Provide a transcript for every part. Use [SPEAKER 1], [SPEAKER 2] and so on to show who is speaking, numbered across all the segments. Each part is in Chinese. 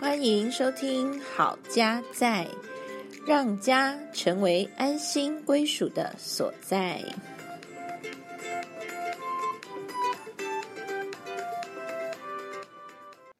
[SPEAKER 1] 欢迎收听《好家在》，让家成为安心归属的所在。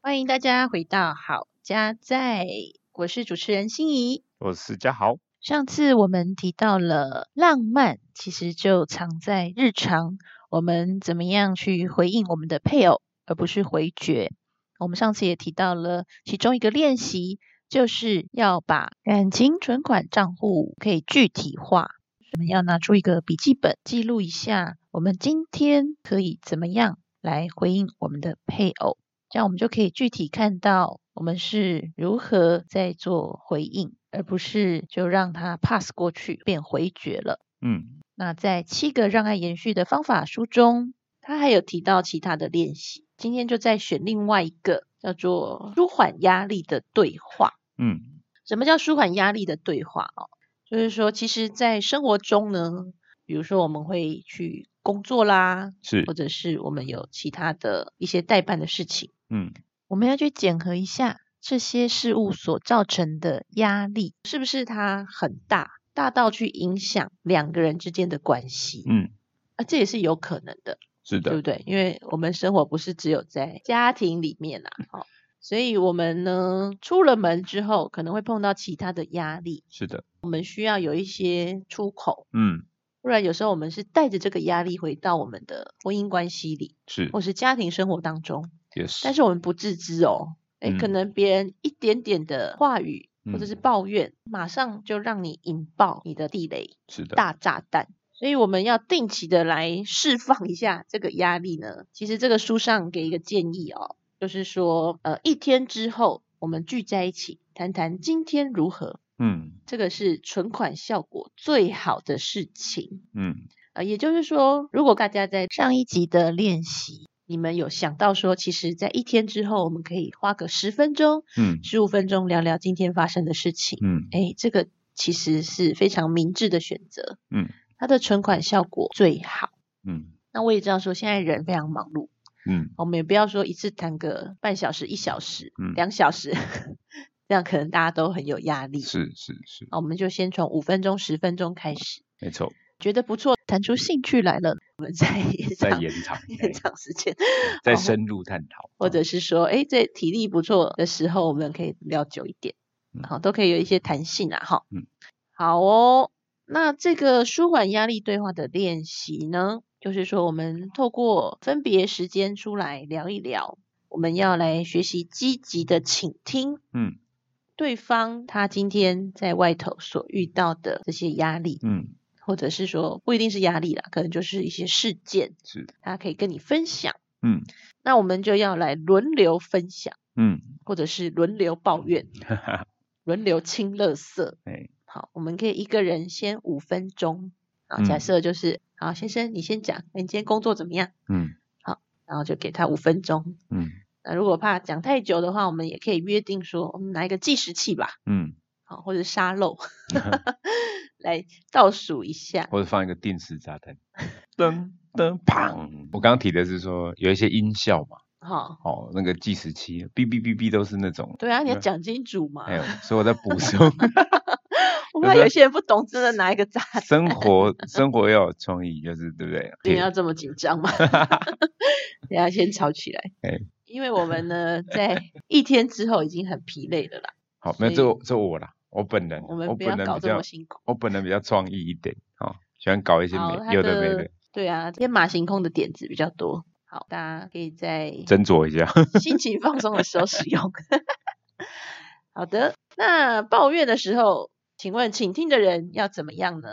[SPEAKER 1] 欢迎大家回到《好家在》，我是主持人心怡。
[SPEAKER 2] 我是嘉豪。
[SPEAKER 1] 上次我们提到了浪漫，其实就藏在日常，我们怎么样去回应我们的配偶，而不是回绝。我们上次也提到了其中一个练习，就是要把感情存款账户可以具体化。我们要拿出一个笔记本，记录一下我们今天可以怎么样来回应我们的配偶，这样我们就可以具体看到我们是如何在做回应，而不是就让它 pass 过去变回绝了。
[SPEAKER 2] 嗯，
[SPEAKER 1] 那在七个让爱延续的方法书中，他还有提到其他的练习。今天就再选另外一个叫做舒缓压力的对话。
[SPEAKER 2] 嗯，
[SPEAKER 1] 什么叫舒缓压力的对话？哦，就是说，其实，在生活中呢，比如说我们会去工作啦，
[SPEAKER 2] 是
[SPEAKER 1] 或，者是我们有其他的一些代办的事情，
[SPEAKER 2] 嗯
[SPEAKER 1] 我们要去检核一下这些事物所造成的压力是不是它很大，大到去影响两个人之间的关系。
[SPEAKER 2] 嗯，
[SPEAKER 1] 啊，这也是有可能的，
[SPEAKER 2] 是
[SPEAKER 1] 对
[SPEAKER 2] 的
[SPEAKER 1] 不，对？因为我们生活不是只有在家庭里面啦、
[SPEAKER 2] 嗯
[SPEAKER 1] 哦，所以我们呢出了门之后，可能会碰到其他的压力，
[SPEAKER 2] 是的，
[SPEAKER 1] 我们需要有一些出口，
[SPEAKER 2] 嗯，
[SPEAKER 1] 不然有时候我们是带着这个压力回到我们的婚姻关系里，
[SPEAKER 2] 是，
[SPEAKER 1] 或是家庭生活当中，
[SPEAKER 2] 也是，
[SPEAKER 1] 但是我们不自知哦。诶，可
[SPEAKER 2] 嗯
[SPEAKER 1] 能别人一点点的话语或者
[SPEAKER 2] 嗯
[SPEAKER 1] 是抱怨，马上就让你引爆你的地雷，
[SPEAKER 2] 是的，
[SPEAKER 1] 大炸弹。所以我们要定期的来释放一下这个压力呢。其实这个书上给一个建议哦，就是说，呃，一天之后我们聚在一起谈谈今天如何，
[SPEAKER 2] 嗯
[SPEAKER 1] 这个是存款效果最好的事情。
[SPEAKER 2] 嗯
[SPEAKER 1] 呃，也就是说，如果大家在上一集的练习，你们有想到说，其实在一天之后，我们可以花个十分钟、
[SPEAKER 2] 嗯
[SPEAKER 1] 十五分钟聊聊今天发生的事情。
[SPEAKER 2] 嗯
[SPEAKER 1] 哎，这个其实是非常明智的选择。
[SPEAKER 2] 嗯，
[SPEAKER 1] 它的存款效果最好。
[SPEAKER 2] 嗯
[SPEAKER 1] 那我也知道说现在人非常忙碌，
[SPEAKER 2] 嗯，
[SPEAKER 1] 我们也不要说一次谈个半小时、一小时、
[SPEAKER 2] 嗯
[SPEAKER 1] 两小时， 这样可能大家都很有压力。
[SPEAKER 2] 是是是，
[SPEAKER 1] 那我们就先从五分钟、十分钟开始，
[SPEAKER 2] 没错，
[SPEAKER 1] 觉得不错，谈出兴趣来了，我们再延
[SPEAKER 2] 再
[SPEAKER 1] 长
[SPEAKER 2] 延长，
[SPEAKER 1] 延
[SPEAKER 2] 哎
[SPEAKER 1] 长时间，
[SPEAKER 2] 再
[SPEAKER 1] 哦
[SPEAKER 2] 深入探讨，
[SPEAKER 1] 或者是说，哎，这体力不错的时候，我们可以聊久一点，
[SPEAKER 2] 嗯
[SPEAKER 1] 好，都可以有一些弹性啊，哈。
[SPEAKER 2] 嗯，
[SPEAKER 1] 好哦。那这个舒缓压力对话的练习呢，就是说我们透过分别时间出来聊一聊，我们要来学习积极的倾听
[SPEAKER 2] 嗯
[SPEAKER 1] 对方他今天在外头所遇到的这些压力，
[SPEAKER 2] 嗯
[SPEAKER 1] 或者是说不一定是压力啦，可能就是一些事件，
[SPEAKER 2] 是，
[SPEAKER 1] 他可以跟你分享。
[SPEAKER 2] 嗯
[SPEAKER 1] 那我们就要来轮流分享。
[SPEAKER 2] 嗯，
[SPEAKER 1] 或者是轮流抱怨、
[SPEAKER 2] 哈哈，
[SPEAKER 1] 轮流清垃圾。
[SPEAKER 2] 哎
[SPEAKER 1] 好，我们可以一个人先五分钟啊，假
[SPEAKER 2] 嗯
[SPEAKER 1] 设就是、好，先生你先讲，你今天工作怎么样？
[SPEAKER 2] 嗯
[SPEAKER 1] 然后就给他五分钟。
[SPEAKER 2] 嗯
[SPEAKER 1] 那如果怕讲太久的话，我们也可以约定说，我们拿一个计时器吧，
[SPEAKER 2] 嗯，
[SPEAKER 1] 啊，或者沙 漏来倒数一下。
[SPEAKER 2] 或者放一个定时炸弹，噔噔砰，我刚刚提的是说有一些音效嘛，
[SPEAKER 1] 哈，
[SPEAKER 2] 哦，那个计时器，哔哔哔哔都是那种。
[SPEAKER 1] 对啊，你要
[SPEAKER 2] 嗯
[SPEAKER 1] 讲清楚嘛
[SPEAKER 2] 哎。呦，所以我在补 充
[SPEAKER 1] 我
[SPEAKER 2] 有
[SPEAKER 1] 怕
[SPEAKER 2] 时候
[SPEAKER 1] 有些人不懂，真的拿一个 炸弹，
[SPEAKER 2] 生活， 生活要有创意，就是对不对？
[SPEAKER 1] 你要这么紧张吗？ 等下先吵起来
[SPEAKER 2] 哎，
[SPEAKER 1] 因为我们呢在一天之后已经很疲累了啦，
[SPEAKER 2] 好，
[SPEAKER 1] 所
[SPEAKER 2] 那
[SPEAKER 1] 以
[SPEAKER 2] 这这我啦，我本人，
[SPEAKER 1] 嗯我们不要
[SPEAKER 2] 本人
[SPEAKER 1] 搞
[SPEAKER 2] 哦比
[SPEAKER 1] 这
[SPEAKER 2] 较
[SPEAKER 1] 么，辛苦。
[SPEAKER 2] 我本人比较创意一点，哦，喜欢搞一些
[SPEAKER 1] 好，
[SPEAKER 2] 没
[SPEAKER 1] 他
[SPEAKER 2] 有的没
[SPEAKER 1] 的
[SPEAKER 2] 的，
[SPEAKER 1] 对啊，天马行空的点子比较多。好，大家可以在
[SPEAKER 2] 斟酌一下。
[SPEAKER 1] 心情放松的时候使用。 好的，那抱怨的时候，请问倾听的人要怎么样呢？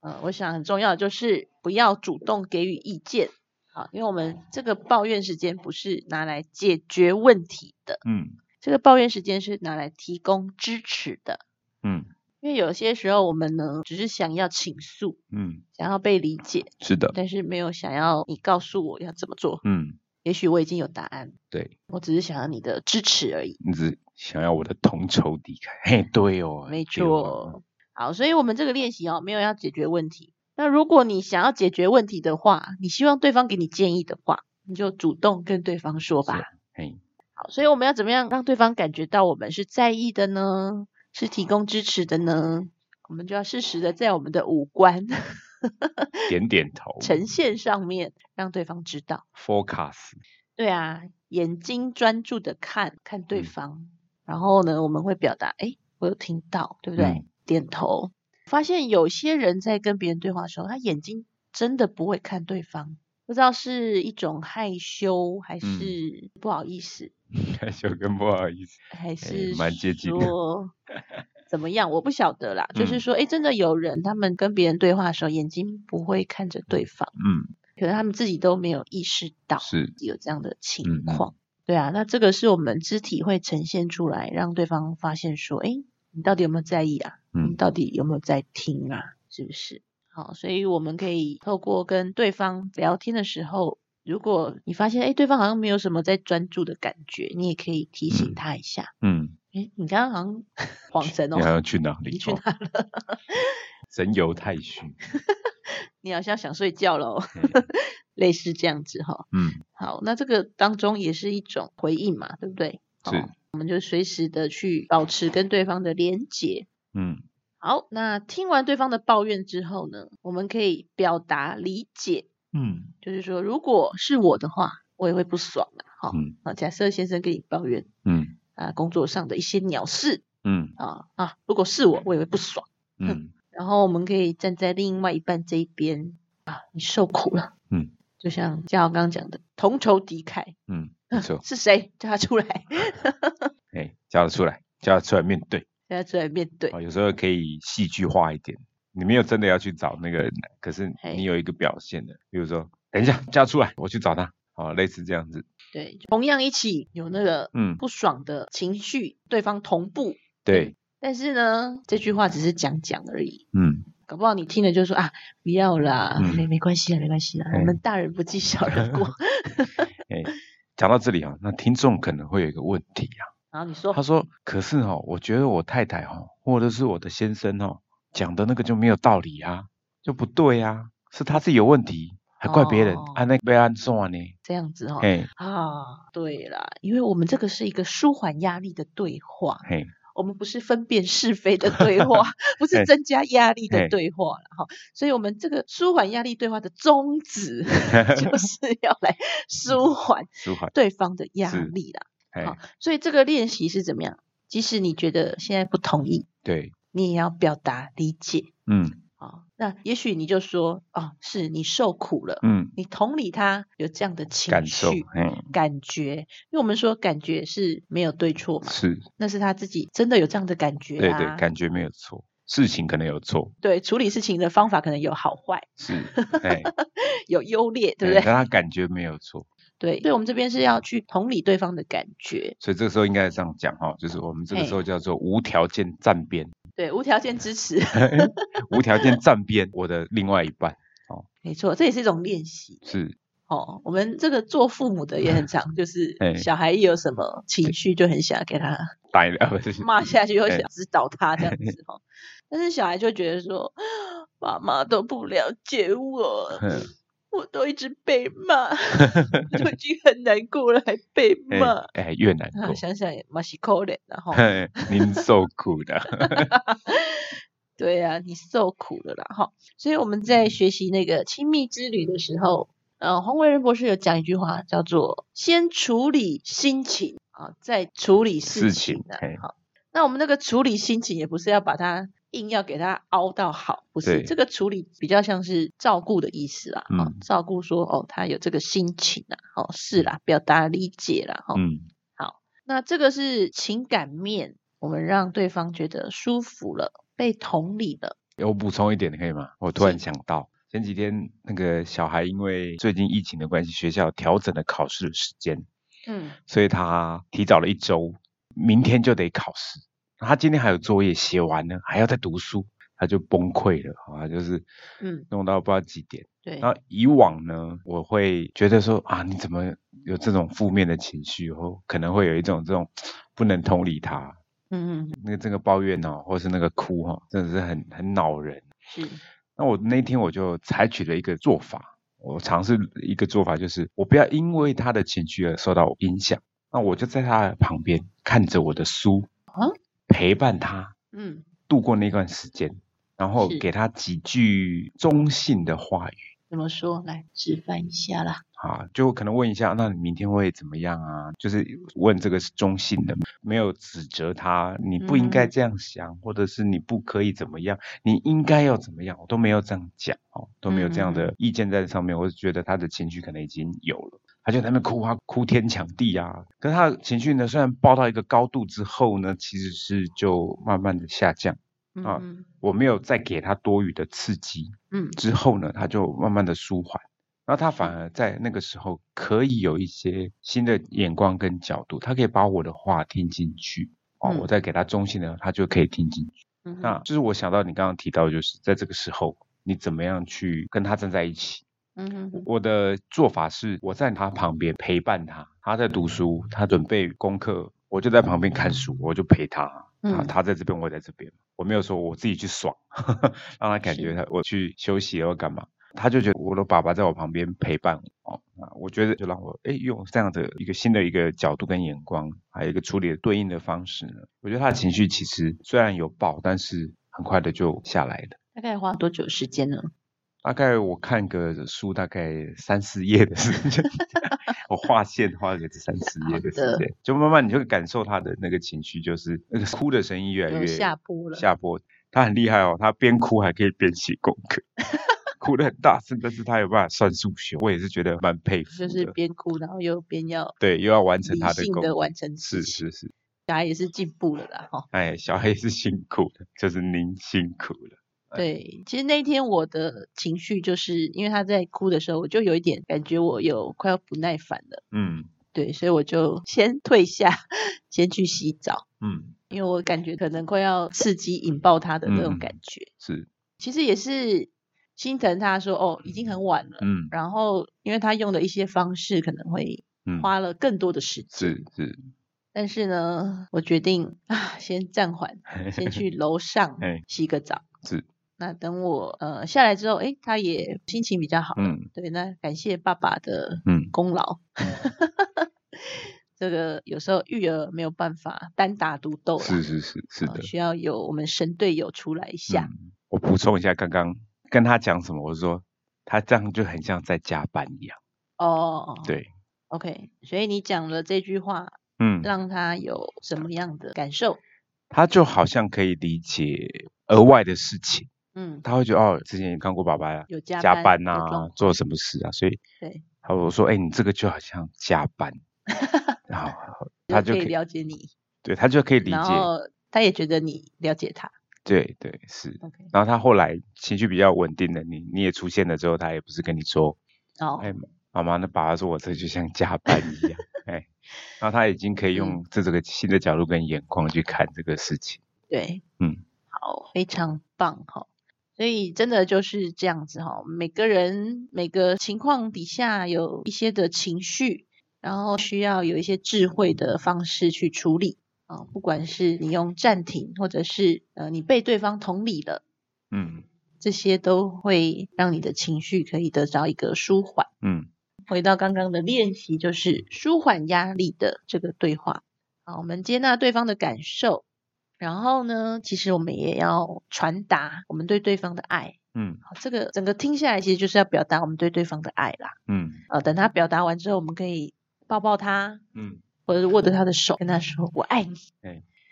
[SPEAKER 1] 呃，我想很重要的就是不要主动给予意见，好，因为我们这个抱怨时间不是拿来解决问题的，
[SPEAKER 2] 嗯
[SPEAKER 1] 这个抱怨时间是拿来提供支持的。
[SPEAKER 2] 嗯
[SPEAKER 1] 因为有些时候我们呢，只是想要倾诉，
[SPEAKER 2] 嗯，
[SPEAKER 1] 想要被理解，
[SPEAKER 2] 是的，
[SPEAKER 1] 但是没有想要你告诉我要怎么做。
[SPEAKER 2] 嗯，
[SPEAKER 1] 也许我已经有答案，
[SPEAKER 2] 对，
[SPEAKER 1] 我只是想要你的支持而已。
[SPEAKER 2] 你只想要我的同仇敌忾，嘿，对哦，
[SPEAKER 1] 没
[SPEAKER 2] 对哦，
[SPEAKER 1] 错。好，所以我们这个练习哦，没有要解决问题。那如果你想要解决问题的话，你希望对方给你建议的话，你就主动跟对方说吧。
[SPEAKER 2] 嘿，
[SPEAKER 1] 好，所以我们要怎么样让对方感觉到我们是在意的呢？是提供支持的呢？我们就要适时的在我们的五官
[SPEAKER 2] 点点头
[SPEAKER 1] 呈现上面让对方知道。
[SPEAKER 2] ，focus，
[SPEAKER 1] 对啊，眼睛专注的看看对
[SPEAKER 2] 嗯
[SPEAKER 1] 方，然后呢，我们会表达，哎，我有听到，对不对？
[SPEAKER 2] 嗯
[SPEAKER 1] 点头。发现有些人在跟别人对话的时候，他眼睛真的不会看对方，不知道是一种害羞，还
[SPEAKER 2] 嗯
[SPEAKER 1] 是不好意思，
[SPEAKER 2] 害羞跟不好意思，
[SPEAKER 1] 还是
[SPEAKER 2] 蛮接近的
[SPEAKER 1] 说怎么样？我不晓得啦。就是
[SPEAKER 2] 嗯
[SPEAKER 1] 说，哎，真的有人他们跟别人对话的时候，眼睛不会看着对方，
[SPEAKER 2] 嗯，
[SPEAKER 1] 可能他们自己都没有意识到。
[SPEAKER 2] 是，
[SPEAKER 1] 有这样的
[SPEAKER 2] 嗯
[SPEAKER 1] 情
[SPEAKER 2] 嗯
[SPEAKER 1] 况。对啊，那这个是我们肢体会呈现出来，让对方发现说，哎，你到底有没有在意啊？你
[SPEAKER 2] 嗯
[SPEAKER 1] 到底有没有在听啊？是不是？好，所以我们可以透过跟对方聊天的时候，如果你发现哎，诶对方好像没有什么在专注的感觉，你也可以提醒
[SPEAKER 2] 嗯
[SPEAKER 1] 他一下。
[SPEAKER 2] 嗯，
[SPEAKER 1] 哎，你刚刚好像 恍神
[SPEAKER 2] 你还要
[SPEAKER 1] 哦，
[SPEAKER 2] 去哪里？
[SPEAKER 1] 你去
[SPEAKER 2] 哦
[SPEAKER 1] 哪了？
[SPEAKER 2] 神游太虚，
[SPEAKER 1] 你好像想睡觉了哦，
[SPEAKER 2] 嘿
[SPEAKER 1] 类似这样子哈、
[SPEAKER 2] 嗯，
[SPEAKER 1] 好，那这个当中也是一种回应嘛，对不对？
[SPEAKER 2] 是
[SPEAKER 1] 哦，我们就随时的去保持跟对方的连接。
[SPEAKER 2] 嗯，
[SPEAKER 1] 好，那听完对方的抱怨之后呢，我们可以表达理解，
[SPEAKER 2] 嗯，
[SPEAKER 1] 就是说，如果是我的话，我也会不爽啊。哈、
[SPEAKER 2] 嗯
[SPEAKER 1] 啊，假设先生跟你抱怨
[SPEAKER 2] 嗯，
[SPEAKER 1] 啊工作上的一些鸟事
[SPEAKER 2] 嗯，
[SPEAKER 1] 啊啊，如果是我，我也会不爽。
[SPEAKER 2] 嗯，
[SPEAKER 1] 然后我们可以站在另外一半这一边啊，你受苦了，
[SPEAKER 2] 嗯，
[SPEAKER 1] 就像嘉豪刚刚讲的，同仇敌忾，
[SPEAKER 2] 嗯，没错，
[SPEAKER 1] 是谁？叫他出来，
[SPEAKER 2] 哎，叫他出来，叫他出来面对。
[SPEAKER 1] 叫他出来面对。
[SPEAKER 2] 啊，有时候可以戏剧化一点。你没有真的要去找那个人，啊可是
[SPEAKER 1] 嘿
[SPEAKER 2] 你有一个表现的，比如说，等一下叫出来，我去找他，好，类似这样子。
[SPEAKER 1] 对，同样一起有那个
[SPEAKER 2] 嗯，
[SPEAKER 1] 不爽的情绪，对方同步。
[SPEAKER 2] 对，
[SPEAKER 1] 但是呢，这句话只是讲讲而已，
[SPEAKER 2] 嗯，
[SPEAKER 1] 搞不好你听了就说啊，不要啦，
[SPEAKER 2] 嗯
[SPEAKER 1] 没没关系啦，没关系啦，我
[SPEAKER 2] 嗯
[SPEAKER 1] 们大人不计小人 过。
[SPEAKER 2] 哎、讲到这里哦，那听众可能会有一个问题啊，
[SPEAKER 1] 然后你说
[SPEAKER 2] 他说，可是哦，我觉得我太太哦，或者是我的先生哦，讲的那个就没有道理啊，就不对啊，是他自己有问题，还怪别人，
[SPEAKER 1] 哦
[SPEAKER 2] 啊，那被安算呢？
[SPEAKER 1] 这样子哦，
[SPEAKER 2] 嘿，
[SPEAKER 1] 啊，对啦，因为我们这个是一个舒缓压力的对话，
[SPEAKER 2] 嘿，
[SPEAKER 1] 我们不是分辨是非的对 话，不是
[SPEAKER 2] 嘿
[SPEAKER 1] 增加压力的
[SPEAKER 2] 嘿
[SPEAKER 1] 对话了哈。所以，我们这个舒缓压力对话的宗 旨就是 要来舒缓
[SPEAKER 2] 舒缓，
[SPEAKER 1] 对方的压
[SPEAKER 2] 是
[SPEAKER 1] 力啦。
[SPEAKER 2] 哎
[SPEAKER 1] 好，所以这个练习是怎么样？即使你觉得现在不同意，
[SPEAKER 2] 对，
[SPEAKER 1] 你也要表达理解
[SPEAKER 2] 嗯
[SPEAKER 1] 啊、哦那也许你就说：“哦，是你受苦了，
[SPEAKER 2] 嗯，
[SPEAKER 1] 你同理他有这样的情绪、
[SPEAKER 2] 感受，嘿，
[SPEAKER 1] 感觉。”因为我们说感觉是没有对错嘛，
[SPEAKER 2] 是。
[SPEAKER 1] 那是他自己真的有这样的感觉
[SPEAKER 2] 对
[SPEAKER 1] 啊。
[SPEAKER 2] 对，感觉没有错，事情可能有错，
[SPEAKER 1] 对处理事情的方法可能有好坏，
[SPEAKER 2] 是， 哎，
[SPEAKER 1] 有优劣，对不
[SPEAKER 2] 哎
[SPEAKER 1] 对？
[SPEAKER 2] 但他感觉没有错，
[SPEAKER 1] 对，所以我们这边是要去同理对方的感觉，
[SPEAKER 2] 所以这个时候应该这样讲哈、哦，就是我们这个
[SPEAKER 1] 嘿
[SPEAKER 2] 时候叫做无条件站边，
[SPEAKER 1] 对，无条件支持，
[SPEAKER 2] 无条件站边我的另外一半
[SPEAKER 1] 没错，这也是一种练习。
[SPEAKER 2] 是，
[SPEAKER 1] 哦，我们这个做父母的也很常，就是
[SPEAKER 2] 哎
[SPEAKER 1] 小孩一有什么情绪，就很想给他
[SPEAKER 2] 呆了，啊不是，
[SPEAKER 1] 骂下去，又
[SPEAKER 2] 哎
[SPEAKER 1] 想指导他这样 子哦。但是小孩就觉得说，妈妈都不了解我，
[SPEAKER 2] 嗯
[SPEAKER 1] 我都一直被 骂，我就已经很难过了，还被
[SPEAKER 2] 哎
[SPEAKER 1] 骂。
[SPEAKER 2] 哎，越难
[SPEAKER 1] 啊
[SPEAKER 2] 过，
[SPEAKER 1] 想想也蛮是可怜的哈。
[SPEAKER 2] 嘿您受 苦了，
[SPEAKER 1] 对啊，你受苦了啦哈。所以我们
[SPEAKER 2] 嗯
[SPEAKER 1] 在学习那个亲密之旅的时候，呃，黄维仁博士有讲一句话，叫做“先处理心情啊，再处理事
[SPEAKER 2] 事
[SPEAKER 1] 情
[SPEAKER 2] 情
[SPEAKER 1] 啊
[SPEAKER 2] 嘿”。
[SPEAKER 1] 好，那我们那个处理心情也不是要把它硬要给它凹到好，不是
[SPEAKER 2] 对
[SPEAKER 1] 这个处理比较像是照顾的意思啦。哦
[SPEAKER 2] 嗯，
[SPEAKER 1] 照顾说哦，他有这个心情啊，哦，是啦，表达理解啦，哈、
[SPEAKER 2] 嗯
[SPEAKER 1] 那这个是情感面，我们让对方觉得舒服了，被同理了。
[SPEAKER 2] 我补充一点可以吗？我突然
[SPEAKER 1] 是
[SPEAKER 2] 想到。前几天那个小孩因为最近疫情的关系，学校调整了考试的时间，
[SPEAKER 1] 嗯，
[SPEAKER 2] 所以他提早了一周，明天就得考试。他今天还有作业写完了，还要再读书，他就崩溃了啊！就是
[SPEAKER 1] 嗯
[SPEAKER 2] 弄到不知道几点。
[SPEAKER 1] 对，
[SPEAKER 2] 然后以往呢，我会觉得说啊，你怎么有这种负面的情绪？或可能会有一种这种不能同理他，
[SPEAKER 1] 嗯嗯，
[SPEAKER 2] 那个这个抱怨哦，或是那个哭哦，真的是很很恼人。
[SPEAKER 1] 是，
[SPEAKER 2] 那我那天我就采取了一个做法，我尝试一个做法，就是我不要因为他的情绪而受到影响。那我就在他的旁边看着我的书，
[SPEAKER 1] 啊
[SPEAKER 2] 陪伴他
[SPEAKER 1] 嗯，
[SPEAKER 2] 度过那段时间，然后
[SPEAKER 1] 是
[SPEAKER 2] 给他几句中性的话语
[SPEAKER 1] 怎么说？来示范一下啦。
[SPEAKER 2] 啊，就可能问一下，那你明天会怎么样啊？就是问这个是中性的，没有指责他，你不应该
[SPEAKER 1] 嗯
[SPEAKER 2] 这样想，或者是你不可以怎么样，你应该要怎么样，我都没有这样讲哦，都没有这样
[SPEAKER 1] 嗯嗯
[SPEAKER 2] 的意见在上面，我就觉得他的情绪可能已经有了。他就在那边哭啊，哭天抢地啊。可是他的情绪呢，虽然爆到一个高度之后呢，其实是就慢慢的下降。
[SPEAKER 1] 嗯
[SPEAKER 2] 啊
[SPEAKER 1] 嗯
[SPEAKER 2] 我没有再给他多余的刺激，
[SPEAKER 1] 嗯
[SPEAKER 2] 之后呢，他就慢慢的舒缓，然后他反而在那个时候可以有一些新的眼光跟角度，他可以把我的话听进去哦，
[SPEAKER 1] 嗯
[SPEAKER 2] 我再给他中性的，他就可以听进去。
[SPEAKER 1] 嗯哼，
[SPEAKER 2] 那就是我想到你刚刚提到，就是在这个时候，你怎么样去跟他站在一起？
[SPEAKER 1] 嗯哼哼
[SPEAKER 2] 我的做法是，我在他旁边陪伴他，他在读书，他准备功课，我就在旁边看书，我就陪他。他
[SPEAKER 1] 嗯
[SPEAKER 2] 他在这边，我也在这边，我没有说我自己去爽， 让他感觉
[SPEAKER 1] 是
[SPEAKER 2] 他我去休息要干嘛。他就觉得我的爸爸在我旁边陪伴我，哦，那我觉得就让我哎用这样的一个新的一个角度跟眼光，还有一个处理的对应的方式呢，我觉得他的情绪其实虽然有爆，但是很快的就下来了。
[SPEAKER 1] 大概花多久时间呢？
[SPEAKER 2] 大概我看个书，大概三四页的时间， 我划线画个三四页
[SPEAKER 1] 好
[SPEAKER 2] 的时
[SPEAKER 1] 的
[SPEAKER 2] 间，就慢慢你就会感受他的那个情绪，就是那个哭的声音越来
[SPEAKER 1] 就
[SPEAKER 2] 越
[SPEAKER 1] 下播了。
[SPEAKER 2] 下播。他很厉害哦，他边哭还可以边写功 课，哭得很大声，但是他有办法算数学，我也是觉得蛮佩服
[SPEAKER 1] 就
[SPEAKER 2] 的。
[SPEAKER 1] 是边哭然后又边要
[SPEAKER 2] 对，又要完成
[SPEAKER 1] 理
[SPEAKER 2] 他的
[SPEAKER 1] 性
[SPEAKER 2] 功课
[SPEAKER 1] 的，完成事
[SPEAKER 2] 是
[SPEAKER 1] 情，
[SPEAKER 2] 是是，
[SPEAKER 1] 小孩也是进步了啦，哈、
[SPEAKER 2] 哎，小孩也是辛苦的，就是您辛苦了。哎
[SPEAKER 1] 对，其实那一天我的情绪就是因为他在哭的时候，我就有一点感觉我有快要不耐烦了，
[SPEAKER 2] 嗯
[SPEAKER 1] 对，所以我就 先退下，先去洗澡，
[SPEAKER 2] 嗯，
[SPEAKER 1] 因为我感觉可能快要刺激引爆他的那
[SPEAKER 2] 嗯嗯
[SPEAKER 1] 种感觉。
[SPEAKER 2] 是
[SPEAKER 1] 其实也是心疼他说哦，已经很晚了，
[SPEAKER 2] 嗯
[SPEAKER 1] 然后因为他用的一些方式可能会
[SPEAKER 2] 嗯，
[SPEAKER 1] 花了更多的时间，
[SPEAKER 2] 是是，
[SPEAKER 1] 但是呢，我决定啊，先暂缓，先去楼上
[SPEAKER 2] 哎
[SPEAKER 1] 洗个澡。
[SPEAKER 2] 是。
[SPEAKER 1] 那等我呃下来之后，诶，他也心情比较好。
[SPEAKER 2] 嗯
[SPEAKER 1] 对，那感谢爸爸的
[SPEAKER 2] 嗯
[SPEAKER 1] 功劳。 这个有时候育儿没有办法单打独斗啦，
[SPEAKER 2] 嗯是是是是
[SPEAKER 1] 呃
[SPEAKER 2] 的。
[SPEAKER 1] 需要有我们神队友出来一下。
[SPEAKER 2] 嗯我补充一下，刚刚跟他讲什么？我说他这样就很像在加班一样。
[SPEAKER 1] 哦，
[SPEAKER 2] 对，
[SPEAKER 1] ，OK。所以你讲了这句话，
[SPEAKER 2] 嗯，
[SPEAKER 1] 让他有什么样的感受？
[SPEAKER 2] 他就好像可以理解额外的事情，
[SPEAKER 1] 嗯，
[SPEAKER 2] 他会觉得哦，之前也看过爸爸
[SPEAKER 1] 有加
[SPEAKER 2] 加班
[SPEAKER 1] 的状
[SPEAKER 2] 啊，
[SPEAKER 1] 况
[SPEAKER 2] 做什么事啊，所以
[SPEAKER 1] 对，
[SPEAKER 2] 他我说，哎、你这个就好像加班，然后 他就
[SPEAKER 1] 可
[SPEAKER 2] 可
[SPEAKER 1] 以
[SPEAKER 2] 以，
[SPEAKER 1] 了解你，
[SPEAKER 2] 对他就可以理
[SPEAKER 1] 然
[SPEAKER 2] 解，
[SPEAKER 1] 后他也觉得你了解他。
[SPEAKER 2] 对对是。
[SPEAKER 1] OK，
[SPEAKER 2] 然后他后来情绪比较稳定了，你你也出现了之后，他也不是跟你说
[SPEAKER 1] 哦，
[SPEAKER 2] 哎，妈妈，那爸爸说我这就像加班一 样，哎，然后他已经可以
[SPEAKER 1] 嗯
[SPEAKER 2] 用这这个新的角度跟眼光去看这个事情，
[SPEAKER 1] 对，
[SPEAKER 2] 嗯，
[SPEAKER 1] 好，非常棒哈、所以真的就是这样子哈、每个人每个情况底下有一些的情绪，然后需要有一些智慧的方式去处理啊、不管是你用暂停，或者是呃你被对方同理了，
[SPEAKER 2] 嗯
[SPEAKER 1] 这些都会让你的情绪可以得到一个舒缓。
[SPEAKER 2] 嗯
[SPEAKER 1] 回到刚刚的练习，就是舒缓压力的这个对话。好，我们接纳对方的感受，然后呢，其实我们也要传达我们对对方的爱。
[SPEAKER 2] 嗯
[SPEAKER 1] 好，这个整个听下来，其实就是要表达我们对对方的爱啦。
[SPEAKER 2] 嗯
[SPEAKER 1] 呃，等他表达完之后，我们可以抱抱他，
[SPEAKER 2] 嗯，
[SPEAKER 1] 或者是握着他的手，跟他说“我爱你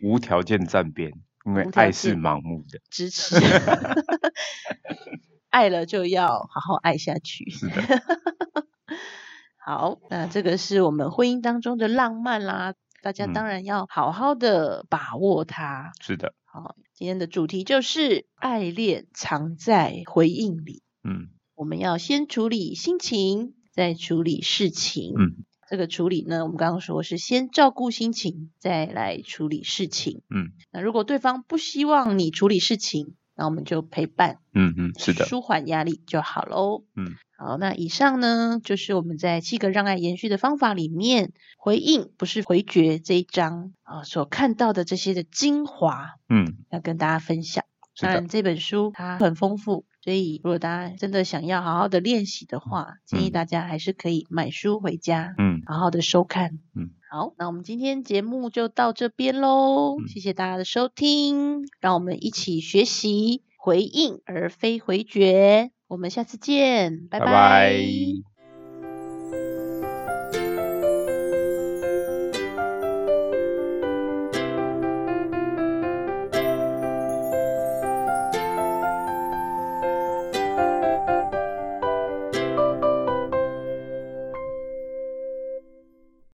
[SPEAKER 2] 无条件站边，因为
[SPEAKER 1] 无条
[SPEAKER 2] 爱是
[SPEAKER 1] 件
[SPEAKER 2] 盲目的，”，
[SPEAKER 1] 支持。 爱了就要好好爱下去。好，那这个是我们婚姻当中的浪漫啦，大家
[SPEAKER 2] 嗯
[SPEAKER 1] 当然要好好的把握它。
[SPEAKER 2] 是的，
[SPEAKER 1] 好，今天的主题就是爱恋藏在回应里，
[SPEAKER 2] 嗯
[SPEAKER 1] 我们要先处理心情，再处理事情。
[SPEAKER 2] 嗯
[SPEAKER 1] 这个处理呢，我们刚刚说是先照顾心情，再来处理事情。
[SPEAKER 2] 嗯
[SPEAKER 1] 那如果对方不希望你处理事情，那我们就陪伴，
[SPEAKER 2] 嗯嗯，是的，
[SPEAKER 1] 舒缓压力就好喽。
[SPEAKER 2] 嗯，
[SPEAKER 1] 好，那以上呢就是我们在七个让爱延续的方法里面，回应不是回绝这一章啊所看到的这些的精华，
[SPEAKER 2] 嗯
[SPEAKER 1] 要跟大家分享。
[SPEAKER 2] 是
[SPEAKER 1] 当
[SPEAKER 2] 的
[SPEAKER 1] 然，，这本书它很丰富，所以，如果大家真的想要好好的练习的话，建议大家还是可以买书回家，
[SPEAKER 2] 嗯，
[SPEAKER 1] 好好的收看。
[SPEAKER 2] 嗯，
[SPEAKER 1] 好，那我们今天节目就到这边喽，
[SPEAKER 2] 嗯
[SPEAKER 1] 谢谢大家的收听，让我们一起学习回应而非回绝。我们下次见，拜
[SPEAKER 2] 拜拜